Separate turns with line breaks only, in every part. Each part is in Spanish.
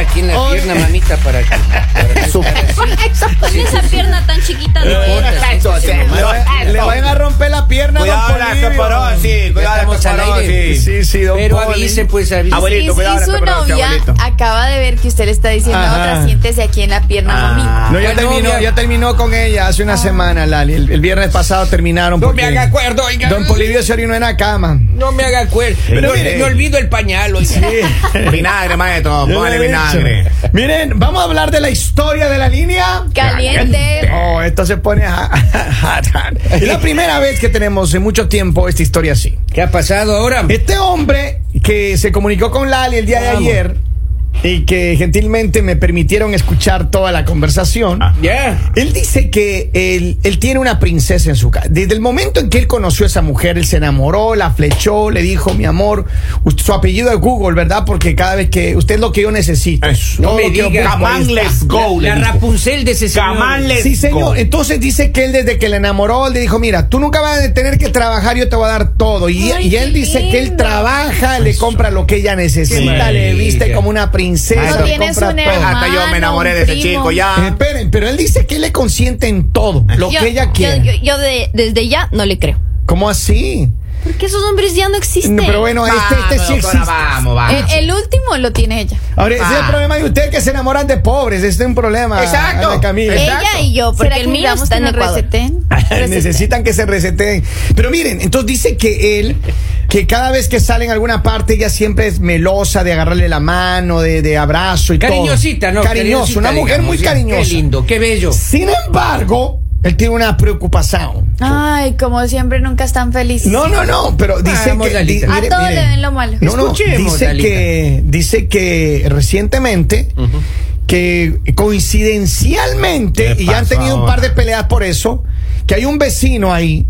aquí en la
Oye.
pierna, mamita, para que. Para
Su-
Con esa pierna tan chiquita no era.
Le van a romper la pierna
Cuidado
don
la
Polibio.
Coporossi, cuidado la
Estamos al aire.
Coporossi.
Sí, sí, don
Pero
Poli.
avisen, pues avisen.
Abuelito,
Y,
cuidado
y
la
su
Coporossi,
novia
abuelito.
acaba de ver que usted le está diciendo a
Ajá.
otra, siéntese aquí en la pierna, mamita.
No, ya
Bueno,
terminó,
bien.
ya terminó con ella hace
Ah.
una semana, Lali. El, el viernes pasado terminaron.
No
porque
me haga acuerdo, oiga.
Don Polibio se orinó en la cama.
No me haga acuerdo.
Pero
No,
mire.
me olvido el pañal, oiga.
Vinagre, maestro,
Yo
póngale
le he dicho.
vinagre.
Miren, vamos a hablar de la historia de la línea.
Caliente.
Oh, esto se pone a, Es la primera vez que tenemos en mucho tiempo esta historia así.
¿Qué ha pasado ahora?
Este hombre que se comunicó con Lali el día de
Vamos.
ayer y que gentilmente me permitieron escuchar toda la conversación.
Ah.
Ya.
Él dice que él, él tiene una princesa en su casa. Desde el momento en que él conoció a esa mujer, él se enamoró, la flechó, le dijo, mi amor, usted- su apellido es Google, ¿verdad? Porque cada vez que usted es lo que yo necesito.
Eso.
Todo
No me
lo que yo
diga.
busco, ahí
Camán
está.
let's go.
La
le dijo.
Rapunzel de ese señor.
Camán let's
Sí,
go.
señor. Entonces dice que él desde que la enamoró, él le dijo, mira, tú nunca vas a tener que trabajar, yo te voy a dar todo. Y,
Ay,
y él
qué
dice que él
lindo.
trabaja, le compra lo que ella necesita,
Qué
le
maravilla.
viste como una princesa.
No
le
tienes
compra
un
todo.
hermano.
Hasta yo me enamoré de ese
primo.
chico
Ah,
ya.
Esperen, pero él dice que él le consiente en todo, lo
Yo-
que ella
yo-
quiere.
Yo, yo de- desde ya no le creo.
¿Cómo así?
Porque esos hombres ya no existen.
No, pero bueno, este, este sí
Vamos, doctora,
existe.
Vamos,
Eh,
vamos.
El, el último lo tiene ella.
Ahora, ese es el
Ah.
problema de ustedes que se enamoran de pobres. Este es un problema.
Exacto.
Ana Camila.
Exacto.
Ella y yo, porque
¿Será
el
que
mío
miramos
está
que
en
nos
Ecuador.
receten?
Necesitan que se reseten. Pero miren, entonces dice que él, que cada vez que sale en alguna parte, ella siempre es melosa de agarrarle la mano, de, de abrazo y
Cariñosita,
todo.
¿no?
Cariñosa, una mujer
digamos,
muy
sí.
cariñosa.
Qué lindo, qué bello.
Sin embargo, él tiene una preocupación.
Ay, como siempre, nunca están felices.
No, no, no,
Ah,
pero dice
Vamos,
que.
Lalita.
di-
a
mire,
todos
mire.
le ven lo malo.
No, no,
Escuchemos,
dice
Lalita.
que, dice que recientemente, que coincidencialmente,
¿Qué
y ya han
pasó
tenido un
ahora?
par de peleas por eso, que hay un vecino ahí,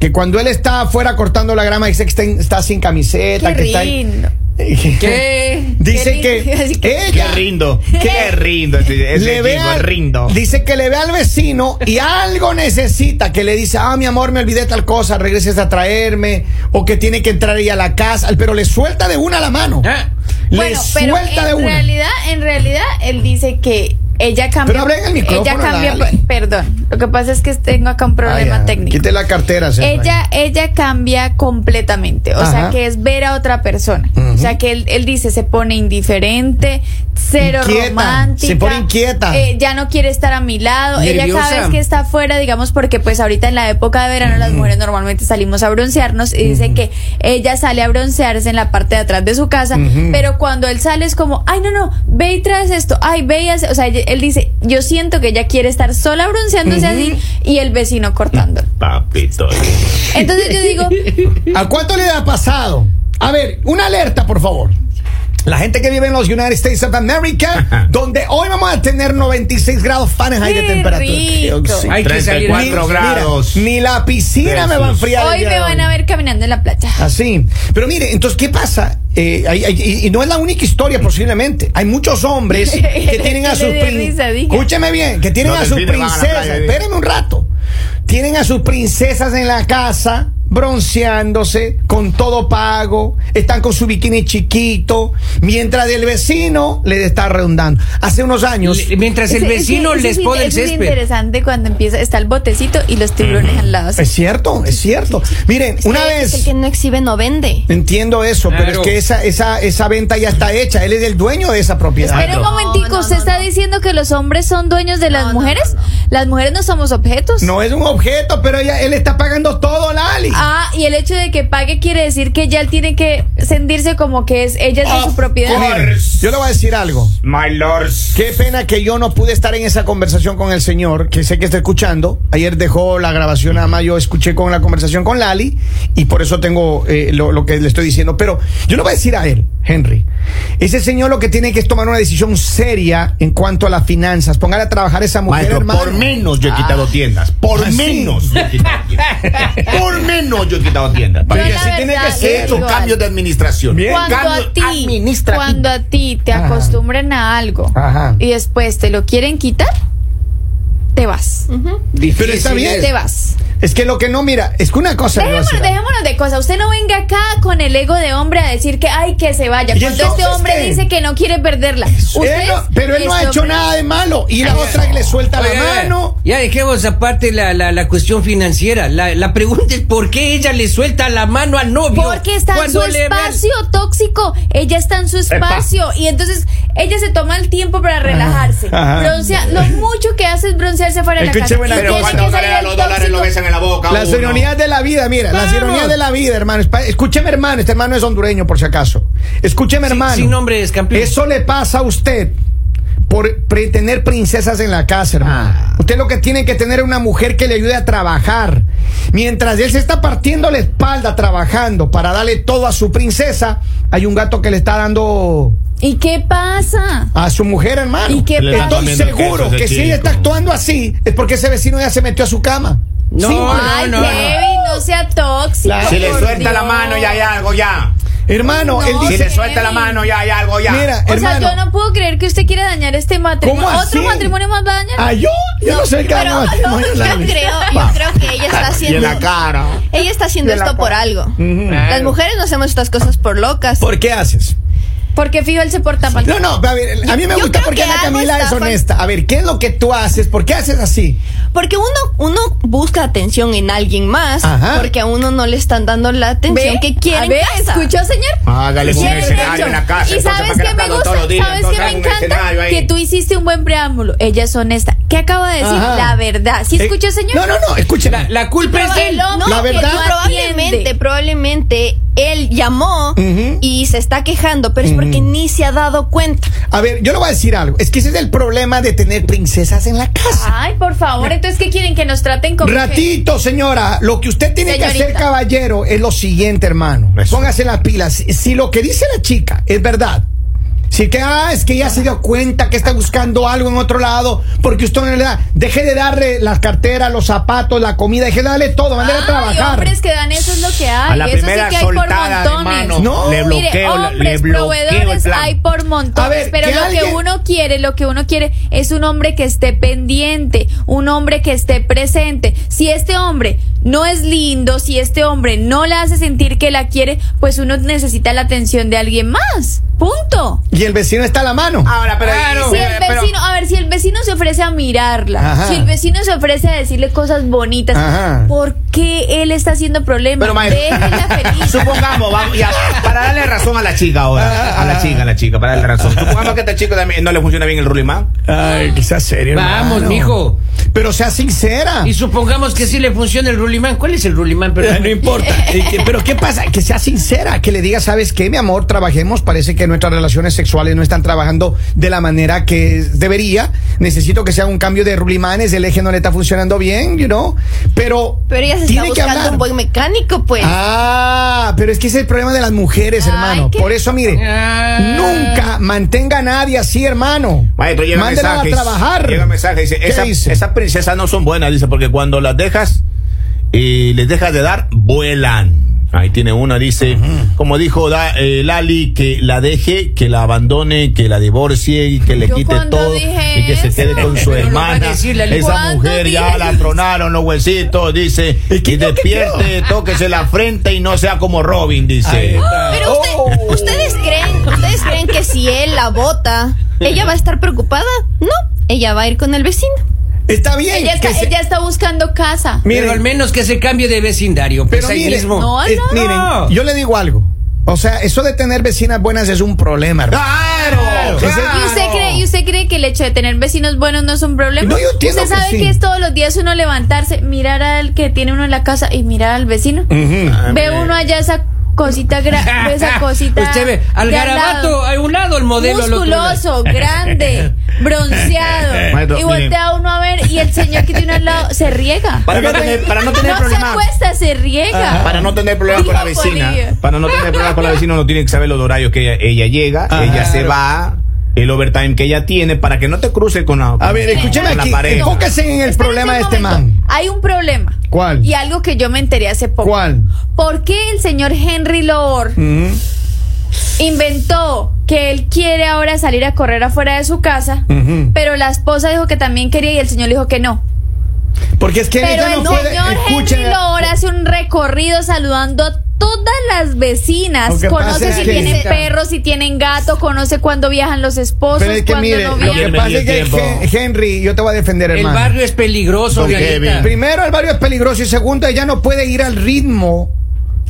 que cuando él está afuera cortando la grama, dice que está, en- está sin camiseta,
Qué
que está ahí-
rindo.
¿Qué?
Dice
Qué lindo. Así
que
que-
Qué
ella
rindo. Qué rindo. Ese
le
ese
ve
chico
al-
es rindo.
dice que le ve al vecino y algo necesita, que le dice, ah, mi amor, me olvidé tal cosa, regreses a traerme, o que tiene que entrar ella a la casa, pero le suelta de una la mano.
Ah.
Le
Bueno, pero
suelta de
en
una.
realidad, en realidad, él dice que ella cambió.
Pero habla en el micrófono,
Ella cambió.
dale. Ah,
Perdón, lo que pasa es que tengo acá un
Ay,
problema
ay,
técnico.
Quite la cartera, Sergio.
Ella, ella cambia completamente, o
Ajá.
sea que es ver a otra persona.
Ujú.
O sea que él, él dice, se pone indiferente, cero
Inquieta,
romántica.
se pone inquieta.
eh, ya no quiere estar a mi lado. Ella
Nerviosa.
cada vez que está afuera, digamos, porque pues ahorita en la época de verano las mujeres normalmente salimos a broncearnos y dice que ella sale a broncearse en la parte de atrás de su casa, pero cuando él sale es como, ay no, no, ve y traes esto, ay ve y hace, o sea, ella- él dice, yo siento que ella quiere estar sola bronceándose así y el vecino cortándolo.
Papito.
Entonces yo digo,
¿A cuánto le ha pasado? A ver, una alerta, por favor. La gente que vive en los United States of America,
Ajá.
donde hoy vamos a tener 96 grados Fahrenheit de
Qué
temperatura.
rico.
Sí.
Hay que salir.
34
Mira,
grados.
Ni la piscina me va a enfriar. el
hoy
día de
me van a ver caminando en la playa.
Así. Pero mire, entonces, ¿qué pasa? Eh, hay- hay- y- y no es la única historia, posiblemente. Hay muchos hombres que tienen a
Le
sus
dio risa,
princesas.
diga.
Escúcheme bien, que tienen
Los
a sus
delfines van a la playa,
princesas.
diga.
Espérenme un rato. Tienen a sus princesas en la casa, bronceándose, con todo pago. Están con su bikini chiquito, mientras el vecino le está redundando. Hace unos años.
Le- Mientras el
Ese-
vecino
ese- ese
les
es-
pone el
ese Es
césped.
interesante cuando empieza, está el botecito y los tiburones al lado.
Es cierto, es cierto. Miren,
Es que
una
es
vez.
El que no exhibe no vende.
Entiendo eso, pero
Claro.
es que esa, esa, esa venta ya está hecha. Él es el dueño de esa propiedad.
Pero un
No,
momentico,
no,
¿usted
no,
está
no.
diciendo que los hombres son dueños de las
No, no,
mujeres?
no, no.
Las mujeres no somos objetos.
No es un objeto, pero ella, él está pagando todo, Lali.
Ah, y el hecho de que pague quiere decir que ya él tiene que sentirse como que es ella es de
Of
su propiedad.
Miren, yo le voy a decir algo.
My lords.
Qué pena que yo no pude estar en esa conversación con el señor, que sé que está escuchando. Ayer dejó la grabación, nada más yo escuché con la conversación con Lali y por eso tengo eh, lo, lo que le estoy diciendo. Pero yo le voy a decir a él, Henry, ese señor lo que tiene que es tomar una decisión seria en cuanto a las finanzas. Póngale a trabajar a esa mujer,
Maestro,
hermano.
por menos yo he quitado tiendas. Por
Ah, sí.
menos. yo he quitado tiendas. por menos yo he quitado tiendas.
Yo la
Porque así
verdad
tiene que
le
ser
digo
un cambio
algo.
de administración.
Bien.
Cuando
Cambio
a ti,
administrativo.
cuando a ti te
Ajá.
acostumbren a algo
Ajá.
y después te lo quieren quitar, te vas.
Difícil
Pero está bien.
es.
Te vas.
Es que lo que no mira, es que una cosa. le voy a
Dejémonos,
decir algo.
dejémonos de cosas. Usted no venga acá con el ego de hombre a decir que ay que se vaya.
¿Y
Cuando este
entonces
hombre
qué?
dice que no quiere perderla. Usted
Él no- pero él no ha
este
hecho
hombre-
nada de malo. Y la otra que le suelta
Oye,
la mano.
Ya dejemos aparte la, la, la cuestión financiera. La, la pregunta es por qué ella le suelta la mano al novio.
Porque está en su
cuando le ve al-
espacio tóxico. Ella está en su espacio. Y entonces ella se toma el tiempo para relajarse.
ajá.
Broncea, lo mucho que hace es broncearse fuera de la casa.
Escuche buena
Y
Pero
cosa.
tiene
cuando
que
sale
salir
a
el
los dólares lo
tóxico.
besan en la boca.
Las
uno.
ironías de la vida, mira, las
Vamos.
ironías de la vida, hermano. Es pa- Escúcheme, hermano, este hermano es hondureño, por si acaso. Escúcheme, hermano.
sin nombres, campeón.
Eso le pasa a usted por pretener princesas en la casa, hermano.
Ah.
Usted lo que tiene que tener es una mujer que le ayude a trabajar. Mientras él se está partiendo la espalda trabajando para darle todo a su princesa, hay un gato que le está dando
¿Y qué pasa?
a su mujer, hermano.
¿Y qué
Estoy
pasa?
seguro que, si ella está actuando así, es porque ese vecino ya se metió a su cama.
No,
Sin-
Ay,
no, no.
Kevin, no sea tóxico.
La-
Si le
por
suelta la
Dios.
mano ya hay algo ya.
Hermano,
No,
él
Si
dice,
le suelta la mano ya hay algo ya.
mira,
O sea,
hermano,
yo no puedo creer que usted quiera dañar este matrimonio.
¿cómo así?
¿Otro matrimonio más va a dañar?
¿Ah, yo? Yo no, sé el que
Pero
ganó
yo,
matrimonio,
yo
Lali.
creo, yo creo que ella está
Y en
haciendo,
la cara.
ella está haciendo
Y en la
esto por
cara.
algo. Las
Claro.
mujeres no hacemos estas cosas por locas.
¿Por qué haces?
Porque fijo él se porta mal.
No, no, a ver, a mí me
Yo
gusta
creo
porque
que
Ana
algo
Camila
está
es
fal-
honesta. A ver, ¿qué es lo que tú haces? ¿Por qué haces así?
Porque uno, uno busca atención en alguien más,
Ajá.
porque a uno no le están dando la atención
¿Ve?
que quiere.
A
en
ver,
casa.
¿Escuchó, señor?
Ah,
Hágale un
Quiere
escenario
pecho.
en la casa.
Y sabes que me gusta, sabes que me encanta que tú hiciste un buen preámbulo. Ella es honesta. ¿Qué acaba de decir?
Ajá.
La verdad. ¿Sí
Eh,
escuchó, señor?
No, no, no, escúchela.
La culpa es de él.
No,
La
que
verdad-
probablemente, probablemente él llamó
Ujú.
y se está quejando, pero es porque ni se ha dado cuenta.
A ver, yo le voy a decir algo. Es que ese es el problema de tener princesas en la casa.
Ay, por favor, entonces, ¿qué quieren? Que nos traten como. que-
Ratito, señora, lo que usted tiene que
Señorita.
hacer, caballero, es lo siguiente, hermano.
Eso.
Póngase las pilas. Si, si lo que dice la chica es verdad, si que, ah, es que ya se dio cuenta que está buscando algo en otro lado, porque usted no le da, deje de darle las carteras, los zapatos, la comida, deje de darle todo, mándele a
Ay,
trabajar.
hombres que dan eso es lo que hay.
A la
eso sí
primera
que hay por
soltada de
montones.
mano,
No.
Mire,
le bloqueo, le- le
hombres,
bloqueo el
proveedores
plan.
hay por montones,
A ver,
pero
que
lo
alguien-
que uno quiere, lo que uno quiere es un hombre que esté pendiente, un hombre que esté presente. Si este hombre no es lindo, si este hombre no la hace sentir que la quiere, pues uno necesita la atención de alguien más. Punto.
Y el vecino está a la mano.
Ah,
Ahora, pero.
Claro.
Si el
pero-
vecino, a ver, si el vecino se ofrece a mirarla,
Ajá.
si el vecino se ofrece a decirle cosas bonitas,
Ajá.
¿por qué él está haciendo problemas?
Pero, maestro,
Déjenla feliz.
Supongamos, vamos, ya, para darle razón a la chica ahora. A la chica, a la chica, para darle razón. Supongamos que a esta chica también no le funciona bien el rulimán.
Ay, quizás serio.
Vamos, mijo.
Pero sea sincera.
Y supongamos que sí le funciona el rulimán. ¿Cuál es el rulimán? Perdón.
No importa. Eh, que- Pero ¿qué pasa? Que sea sincera, que le diga, ¿sabes qué, mi amor? Trabajemos. Parece que nuestras relaciones sexuales no están trabajando de la manera que debería. Necesito que sea un cambio de rulimanes. El eje no le está funcionando bien, you know. Pero.
Pero ella se está
tiene que
buscando
hablar.
un buen mecánico, pues.
Ah, pero es que ese es el problema de las mujeres,
Ay,
hermano.
qué-
Por eso, mire,
Ah.
nunca mantenga a nadie así, hermano.
Maestro, llega
Mándela
mensaje.
a trabajar.
Llega mensaje, dice,
¿Qué
esa-
dice?
esas princesas no son buenas, dice, porque cuando las dejas y les dejas de dar, vuelan. Ahí tiene una, dice, como dijo Da- eh, Lali, que la deje, que la abandone, que la divorcie y que le
Yo
quite
cuando
todo
dije
y que se
eso.
quede con su
Pero lo va a
hermana.
decir Lali.
Esa
¿Cuándo
mujer ya
dije
la
eso?
tronaron los huesitos, dice,
Es que
y
yo que
despierte, tóquese la frente y no sea como Robin,
Ahí
dice.
está.
Pero usted-
Oh.
ustedes creen, ustedes creen que si él la bota, ella va a estar preocupada. No, ella va a ir con el vecino.
Está bien.
Ella
que
está,
se-
ella está buscando casa.
Miren.
Pero al menos que se cambie de vecindario. Pues
Pero
ahí
mire,
mismo.
No,
eh,
no.
miren, yo le digo algo. O sea, eso de tener vecinas buenas es un problema, hermano.
¡Claro!
Ese-
¿Y usted,
claro.
cree, y usted cree que el hecho de tener vecinos buenos no es un problema?
No, yo entiendo
¿Usted
que
sabe
sí.
que, es todos los días uno levantarse, mirar al que tiene uno en la casa y mirar al vecino? Ve uno allá esa cosita, gra- ve esa cosita.
Usted ve, al
de lado.
garabato, a un lado el modelo. al otro lado.
Musculoso, grande, bronceado.
Maestro,
y
miren.
voltea uno a ver y el señor que tiene al lado se riega.
Para no tener, para no tener
no se
problemas.
acuesta, se riega.
Para no tener problemas con la
Dijo
vecina.
Bolivia.
Para no tener problemas con la vecina, uno tiene que saber los horarios que ella, ella llega,
Ah,
ella se va, el overtime que ella tiene, para que no te cruce con la.
A ver,
con
escúcheme
la
aquí.
pareja.
Enfóquese en el
Espérense
problema
un
de este
momento.
man.
Hay un problema.
¿Cuál?
Y algo que yo me enteré hace poco.
¿Cuál?
¿Por qué el señor Henry Lord
Mm.
inventó que él quiere ahora salir a correr afuera de su casa,
Ujú.
pero la esposa dijo que también quería y el señor dijo que no?
Porque es que
Pero
ella
el
no puede.
señor Henry
escuchen-
Lora hace un recorrido saludando a todas las vecinas.
Lo que pasa
Conoce
es
si
que-
tienen perros, si tienen gato, conoce cuándo viajan los esposos,
Pero es que
cuándo
mire,
no
lo
viene.
que
viajan.
No
pasa
tiene
es que
medio tiempo.
Hen- Henry, yo te voy a defender,
El
hermano.
barrio es peligroso,
Don
Dianita.
Kevin.
Primero, el barrio es peligroso. Y segundo, ella no puede ir al ritmo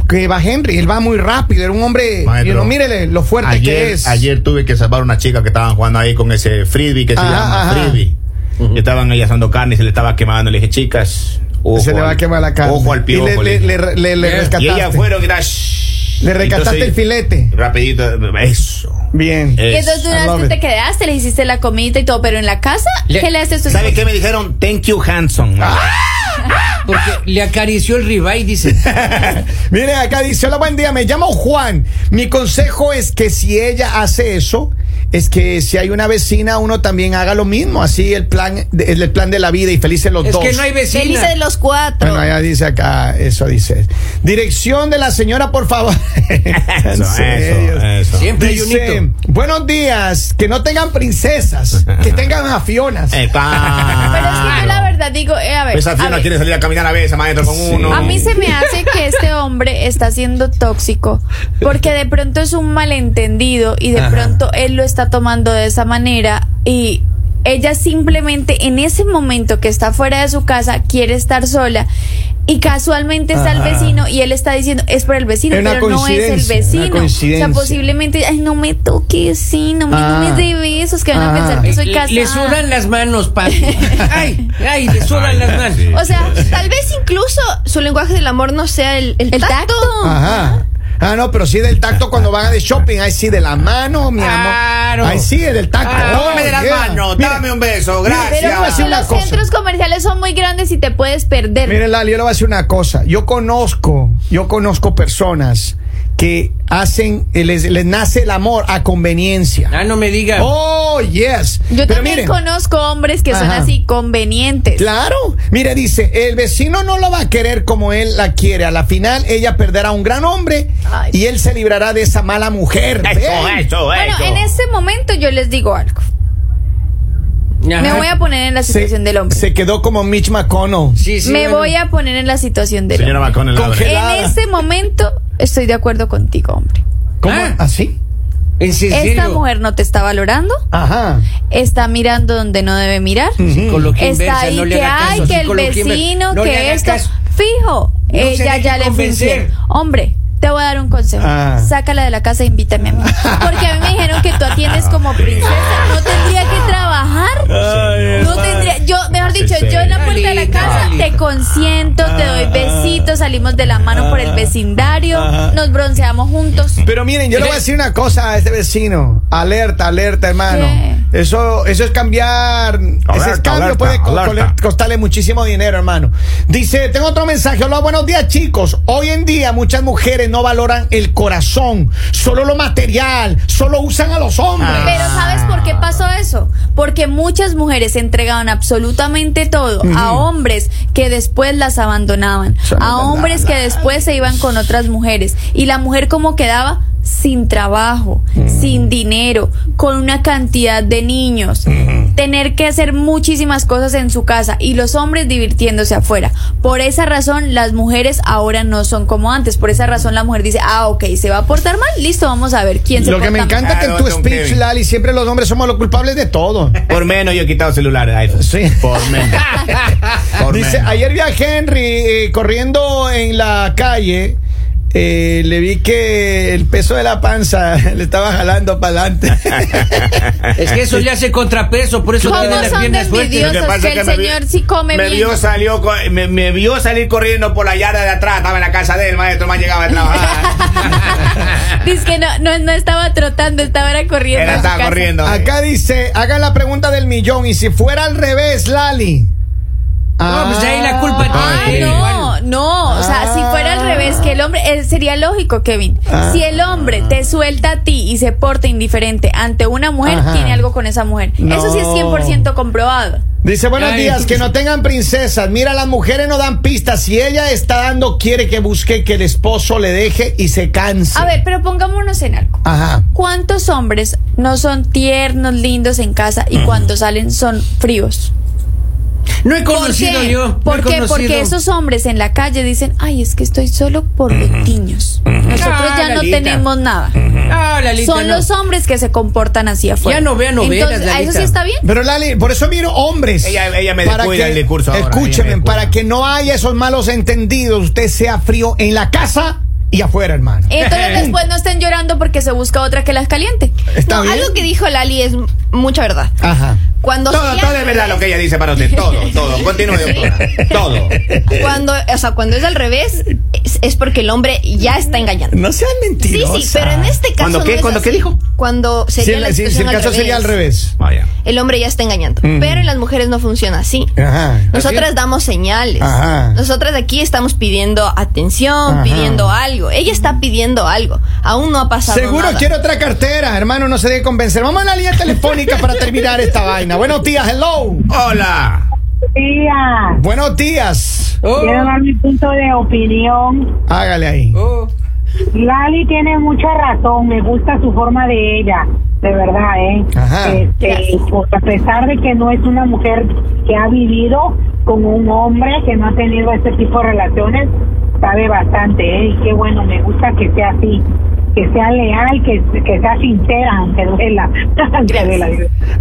que va Henry. Él va muy rápido. Era un hombre.
Maestro,
y no, mírele lo fuerte
ayer,
que es.
Ayer tuve que salvar a una chica que estaban jugando ahí con ese frisbee que se
Ajá,
llama
ajá.
frisbee. Que Estaban ahí asando carne y se le estaba quemando. Le dije, chicas, ojo
se le va
al-
a quemar la cara.
Ojo al piojo.
Y le,
le
le,
dije.
le- le- le
Y
rescataste.
Y ellas fueron y era, shh.
Le rescataste
Entonces,
el filete.
Rapidito, eso.
Bien.
Eh,
Y entonces
I
una
love
vez que
it.
te quedaste, le hiciste la comidita y todo, pero en la casa,
Le-
¿qué le haces tú?
¿Sabe qué me dijeron? Thank you, Hanson.
Ah,
Porque le acarició el ribeye, dice.
Mire, acá dice, hola, buen día, me llamo Juan. Mi consejo es que si ella hace eso, es que si hay una vecina, uno también haga lo mismo. Así el plan, de- el, el plan de la vida y felices los
es
dos.
que no hay
Felices
vecina.
de los cuatro.
bueno, ella dice acá, eso dice. Dirección de la señora, por favor. En
Eso,
serio.
eso, eso.
Siempre hay
Dice,
unito.
buenos días, que no tengan princesas, que tengan a Fionas.
Eh,
Pero es que yo la verdad digo, eh, a ver.
Esa
a
fiona
ver.
quiere salir a caminar a veces, maestro, con uno.
A mí se me hace que este hombre está siendo tóxico, porque de pronto es un malentendido y de
Ajá.
pronto él lo está tomando de esa manera y ella simplemente en ese momento que está fuera de su casa quiere estar sola y casualmente está el vecino y él está diciendo es por el vecino,
Es una
pero no es el
coincidencia, una
vecino. O
coincidencia.
sea, posiblemente, ay, no me toques, sí, no me, no me
Ah.
dé besos, que van
Ah.
a pensar que soy casada.
Le sudan las manos, papi. Ay, ay, le sudan
Ay,
las manos.
sí.
O sea,
Tal vez incluso su lenguaje del amor no sea el, el
el
tacto.
tacto.
Ajá. Ah, no, pero sí del tacto cuando van de shopping. Ahí sí, de la mano, mi amor.
Claro.
Ahí sí, es del tacto.
Ah,
Oh,
Tómame de las
yeah.
manos,
Mira,
dame un beso,
mira,
gracias.
yo le voy a decir una
los
cosa.
centros comerciales son muy grandes y te puedes perder.
Mire, Lali, yo le voy a decir una cosa. Yo conozco, yo conozco personas que hacen, eh, les, les nace el amor a conveniencia.
Ah, no me diga.
Oh, yes.
Yo
Pero
también
miren,
conozco hombres que son
Ajá.
así convenientes.
Claro. Mire, dice, el vecino no lo va a querer como él la quiere. A la final, ella perderá a un gran hombre
Ay.
y él se librará de esa mala mujer.
Eso,
Ven.
eso,
bueno,
eso.
en este momento yo les digo algo.
Ajá.
Me voy a poner en la situación del hombre.
se quedó como Mitch McConnell.
Sí, sí,
Me
bueno.
voy a poner en la situación del
Señora
hombre.
Macón,
Con
abre.
gel. Macalada.
En este momento estoy de acuerdo contigo, hombre.
¿Cómo?
Ah.
¿Así?
¿En
Esta
serio?
mujer no te está valorando,
Ajá.
está mirando donde no debe mirar.
Psicología
Está
inversa,
ahí
no le
que
haga caso,
hay, que el
psicología inversa.
vecino,
No le
que
haga
esto.
caso.
Fijo,
No se
ella
deje
ya le fue
convencer.
infiel. Hombre, te voy a dar un consejo.
Ah.
Sácala de la casa e invítame a mí. Porque a mí me dijeron que tú atiendes
Ah,
como princesa. No tendría que trabajar. No tendría, yo, mejor dicho, yo en la puerta de la casa
Dale.
te consiento, te
Ah,
doy besitos, salimos de la mano por el vecindario,
ah.
nos bronceamos juntos.
Pero miren, yo le voy a decir una cosa a este vecino. Alerta, alerta, hermano.
¿Qué?
Eso, eso es cambiar. Ese
Alerta,
cambio
alerta,
puede co-
alerta.
cole- costarle muchísimo dinero, hermano. Dice, tengo otro mensaje. Hola, buenos días, chicos. Hoy en día muchas mujeres no valoran el corazón, solo lo material, solo usan a los hombres.
Ah.
Pero ¿sabes por qué pasó eso? Porque muchas mujeres entregaban absolutamente todo a hombres que después las abandonaban,
Eso no es
a
verdad.
hombres que después se iban con otras mujeres. Y la mujer como quedaba sin trabajo, sin dinero, con una cantidad de niños, tener que hacer muchísimas cosas en su casa y los hombres divirtiéndose afuera. Por esa razón las mujeres ahora no son como antes. Por esa razón la mujer dice, ah, ok, se va a portar mal, listo, vamos a ver quién se
Lo que me
porta mal".
encanta es que en
Claro,
tu
Ah, don
speech,
Kevin.
Lali, siempre los hombres somos los culpables de todo.
Por menos yo he quitado celular de iPhone.
Sí.
Por menos. Por
Dice,
menos.
ayer vi a Henry eh, corriendo en la calle. eh, le vi que el peso de la panza le estaba jalando para adelante.
Es que eso le hace contrapeso, por eso
¿Cómo
tiene las
son de
piernas fuertes.
envidiosos?
Lo pasa
que
es
el
me vi-
señor sí come
me
bien.
Vio salió, co- me, me vio salir corriendo por la yarda de atrás. Estaba en la casa de él, maestro. Más llegaba a trabajar.
Dice que no, no, no estaba trotando, estaba era corriendo.
él
a su
estaba
casa.
corriendo.
Acá dice, hagan la pregunta del millón. Y si fuera al revés, Lali.
No, pues ahí la culpa
Ah,
tiene.
no, no. O sea, si fuera al revés, que el hombre. eh, sería lógico, Kevin.
Ah.
Si el hombre te suelta a ti y se porta indiferente ante una mujer,
Ajá.
tiene algo con esa mujer.
No.
Eso sí es 100% comprobado.
Dice, buenos
Ay.
días, que no tengan princesas. Mira, las mujeres no dan pistas. Si ella está dando, quiere que busque que el esposo le deje y se canse.
A ver, pero pongámonos en algo.
Ajá.
¿Cuántos hombres no son tiernos, lindos en casa y cuando salen son fríos?
No he
¿Por
conocido
qué?
yo. no he
¿Por qué?
conocido.
Porque esos hombres en la calle dicen, ay, es que estoy solo por botiños. Nosotros
Ah,
ya no
Lalita.
tenemos nada.
Ah, Lalita,
Son
no.
los hombres que se comportan así afuera.
Ya no vea novelas,
Entonces, ¿a ¿Eso
Lalita.
sí está bien?
Pero Lali, por eso miro hombres.
Ella- ella me
Para
descuida
que-
el discurso ahora,
Escúcheme,
ella me descuida.
para que no haya esos malos entendidos, usted sea frío en la casa y afuera, hermano.
Eh,
Entonces después no estén llorando porque se busca otra que las caliente.
¿Está
No,
bien?
algo que dijo Lali es mucha verdad.
Ajá.
Cuando
Todo,
sean-
todo es verdad lo que ella dice para usted. Todo, todo. Continúe, doctora. Todo.
Cuando, o sea, cuando es al revés, es, es porque el hombre ya está engañando.
No sean
Sí,
mentirosos.
sí, pero en este caso.
¿Cuando
no
qué?
es
¿Cuando qué
así.
dijo?
Cuando
Si,
sería
el-
la
si- si
situación
el caso sería al revés.
Vaya.
El hombre ya está engañando.
Ujú.
Pero en las mujeres no funciona así.
Ajá.
Nosotras damos señales.
Ajá.
Nosotras aquí estamos pidiendo atención,
Ajá.
pidiendo algo. Ella está pidiendo algo. Aún no ha pasado
Seguro
nada.
quiere otra cartera, hermano, no se deje convencer. Vamos a la línea telefónica para terminar esta vaina. Buenos días, hello.
Hola.
Tía,
Buenos días.
Oh,
quiero dar mi punto de opinión.
Hágale ahí.
oh.
Lali tiene mucha razón, me gusta su forma de ella, de verdad, ¿eh?
Ajá.
Este, porque a pesar de que no es una mujer que ha vivido con un hombre que no ha tenido este tipo de relaciones, sabe bastante, ¿eh? Y qué bueno, me gusta que sea así, que sea leal, que, que sea sincera, aunque duela. Aunque duela.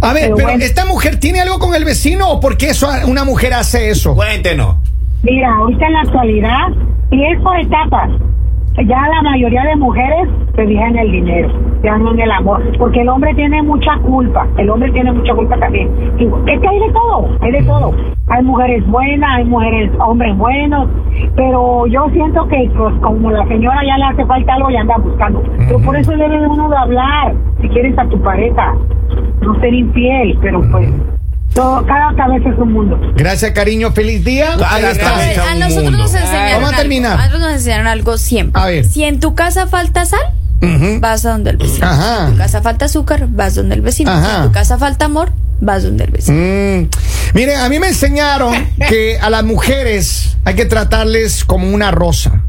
A ver, pero
bueno.
¿esta mujer tiene algo con el vecino o por qué eso, una mujer hace eso?
Cuéntenos.
Mira, ahorita en la actualidad, y es por etapas. Ya la mayoría de mujeres se fijan en el dinero, ya no en el amor, porque el hombre tiene mucha culpa, el hombre tiene mucha culpa también. Y es que hay de todo, hay de todo. Hay mujeres buenas, hay mujeres, hombres buenos, pero yo siento que pues, como la señora ya le hace falta algo y anda buscando. Pero por eso debe de uno de hablar, si quieres a tu pareja, no ser infiel, pero pues todo, cada cabeza es un mundo.
Gracias, cariño. Feliz día.
Cada
Ahí está.
cabeza.
A
un
nosotros
mundo.
nos enseñaron
Vamos a
algo.
terminar.
A nosotros nos enseñaron algo siempre.
A ver.
Si en tu casa falta sal,
Ujú.
vas a donde el vecino.
Ajá.
Si en tu casa falta azúcar, vas donde el vecino.
Ajá.
Si en tu casa falta amor, vas donde el vecino.
Mm, Miren, a mí me enseñaron que a las mujeres hay que tratarles como una rosa.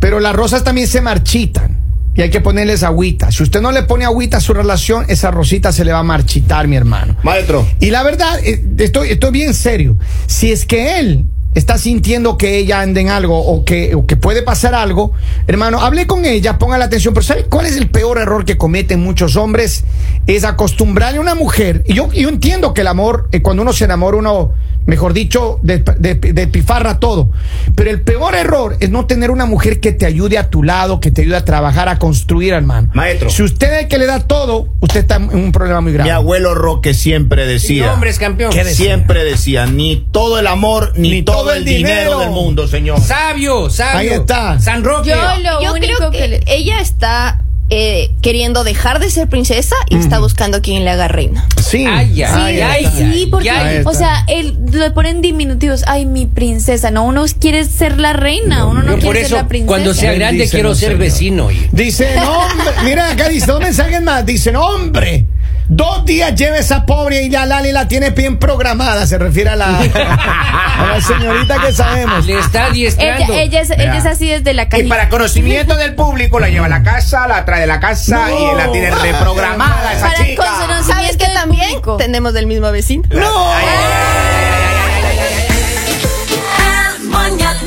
Pero las rosas también se marchitan y hay que ponerles agüita. Si usted no le pone agüita a su relación, esa rosita se le va a marchitar, mi hermano.
Maestro.
Y la verdad, eh, estoy, estoy bien serio. Si es que él está sintiendo que ella anda en algo o que, o que puede pasar algo, hermano, hable con ella, ponga la atención. Pero ¿sabe cuál es el peor error que cometen muchos hombres? Es acostumbrarle a una mujer. Y yo, yo entiendo que el amor, eh, cuando uno se enamora, uno, mejor dicho, de, de- de pifarra todo. Pero el peor error es no tener una mujer que te ayude a tu lado, que te ayude a trabajar, a construir, hermano.
Maestro.
Si usted es el que le da todo, usted está en un problema muy grave.
Mi abuelo Roque siempre decía.
No, hombre, es campeón.
¿Qué decía? Siempre decía, ni todo el amor, ni,
Ni
todo, el dinero del mundo, señor.
Sabio, sabio.
Ahí está.
San Roque.
Yo lo
Yo
único
creo que,
que le-
ella está eh, queriendo dejar de ser princesa y está buscando a quien le haga reina.
Sí.
Ay, ay,
Sí,
ay,
sí,
ay,
porque,
ay.
o sea, el, lo ponen diminutivos. Ay, mi princesa. No, uno quiere ser la reina. Uno no
Yo por
quiere ser
eso,
la princesa.
cuando sea
Bendícenos,
grande, quiero ser
Señor.
vecino. oye.
Dicen, hombre, mira acá dice dos mensajes más. Dicen, hombre, dos días lleva esa pobre y la Lali la tiene bien programada. Se refiere a la, a la señorita que sabemos.
Le está
Ella,
adiestrando.
Ah, ella es, ella es así desde la
Y
calle.
para conocimiento del público, la lleva a la casa, la trae de la casa
No.
y la tiene reprogramada esa
Para
chica.
consonancia- Conocimiento
¿Sabes que
del
también
público.
tenemos del mismo vecino?
No.
El mañanero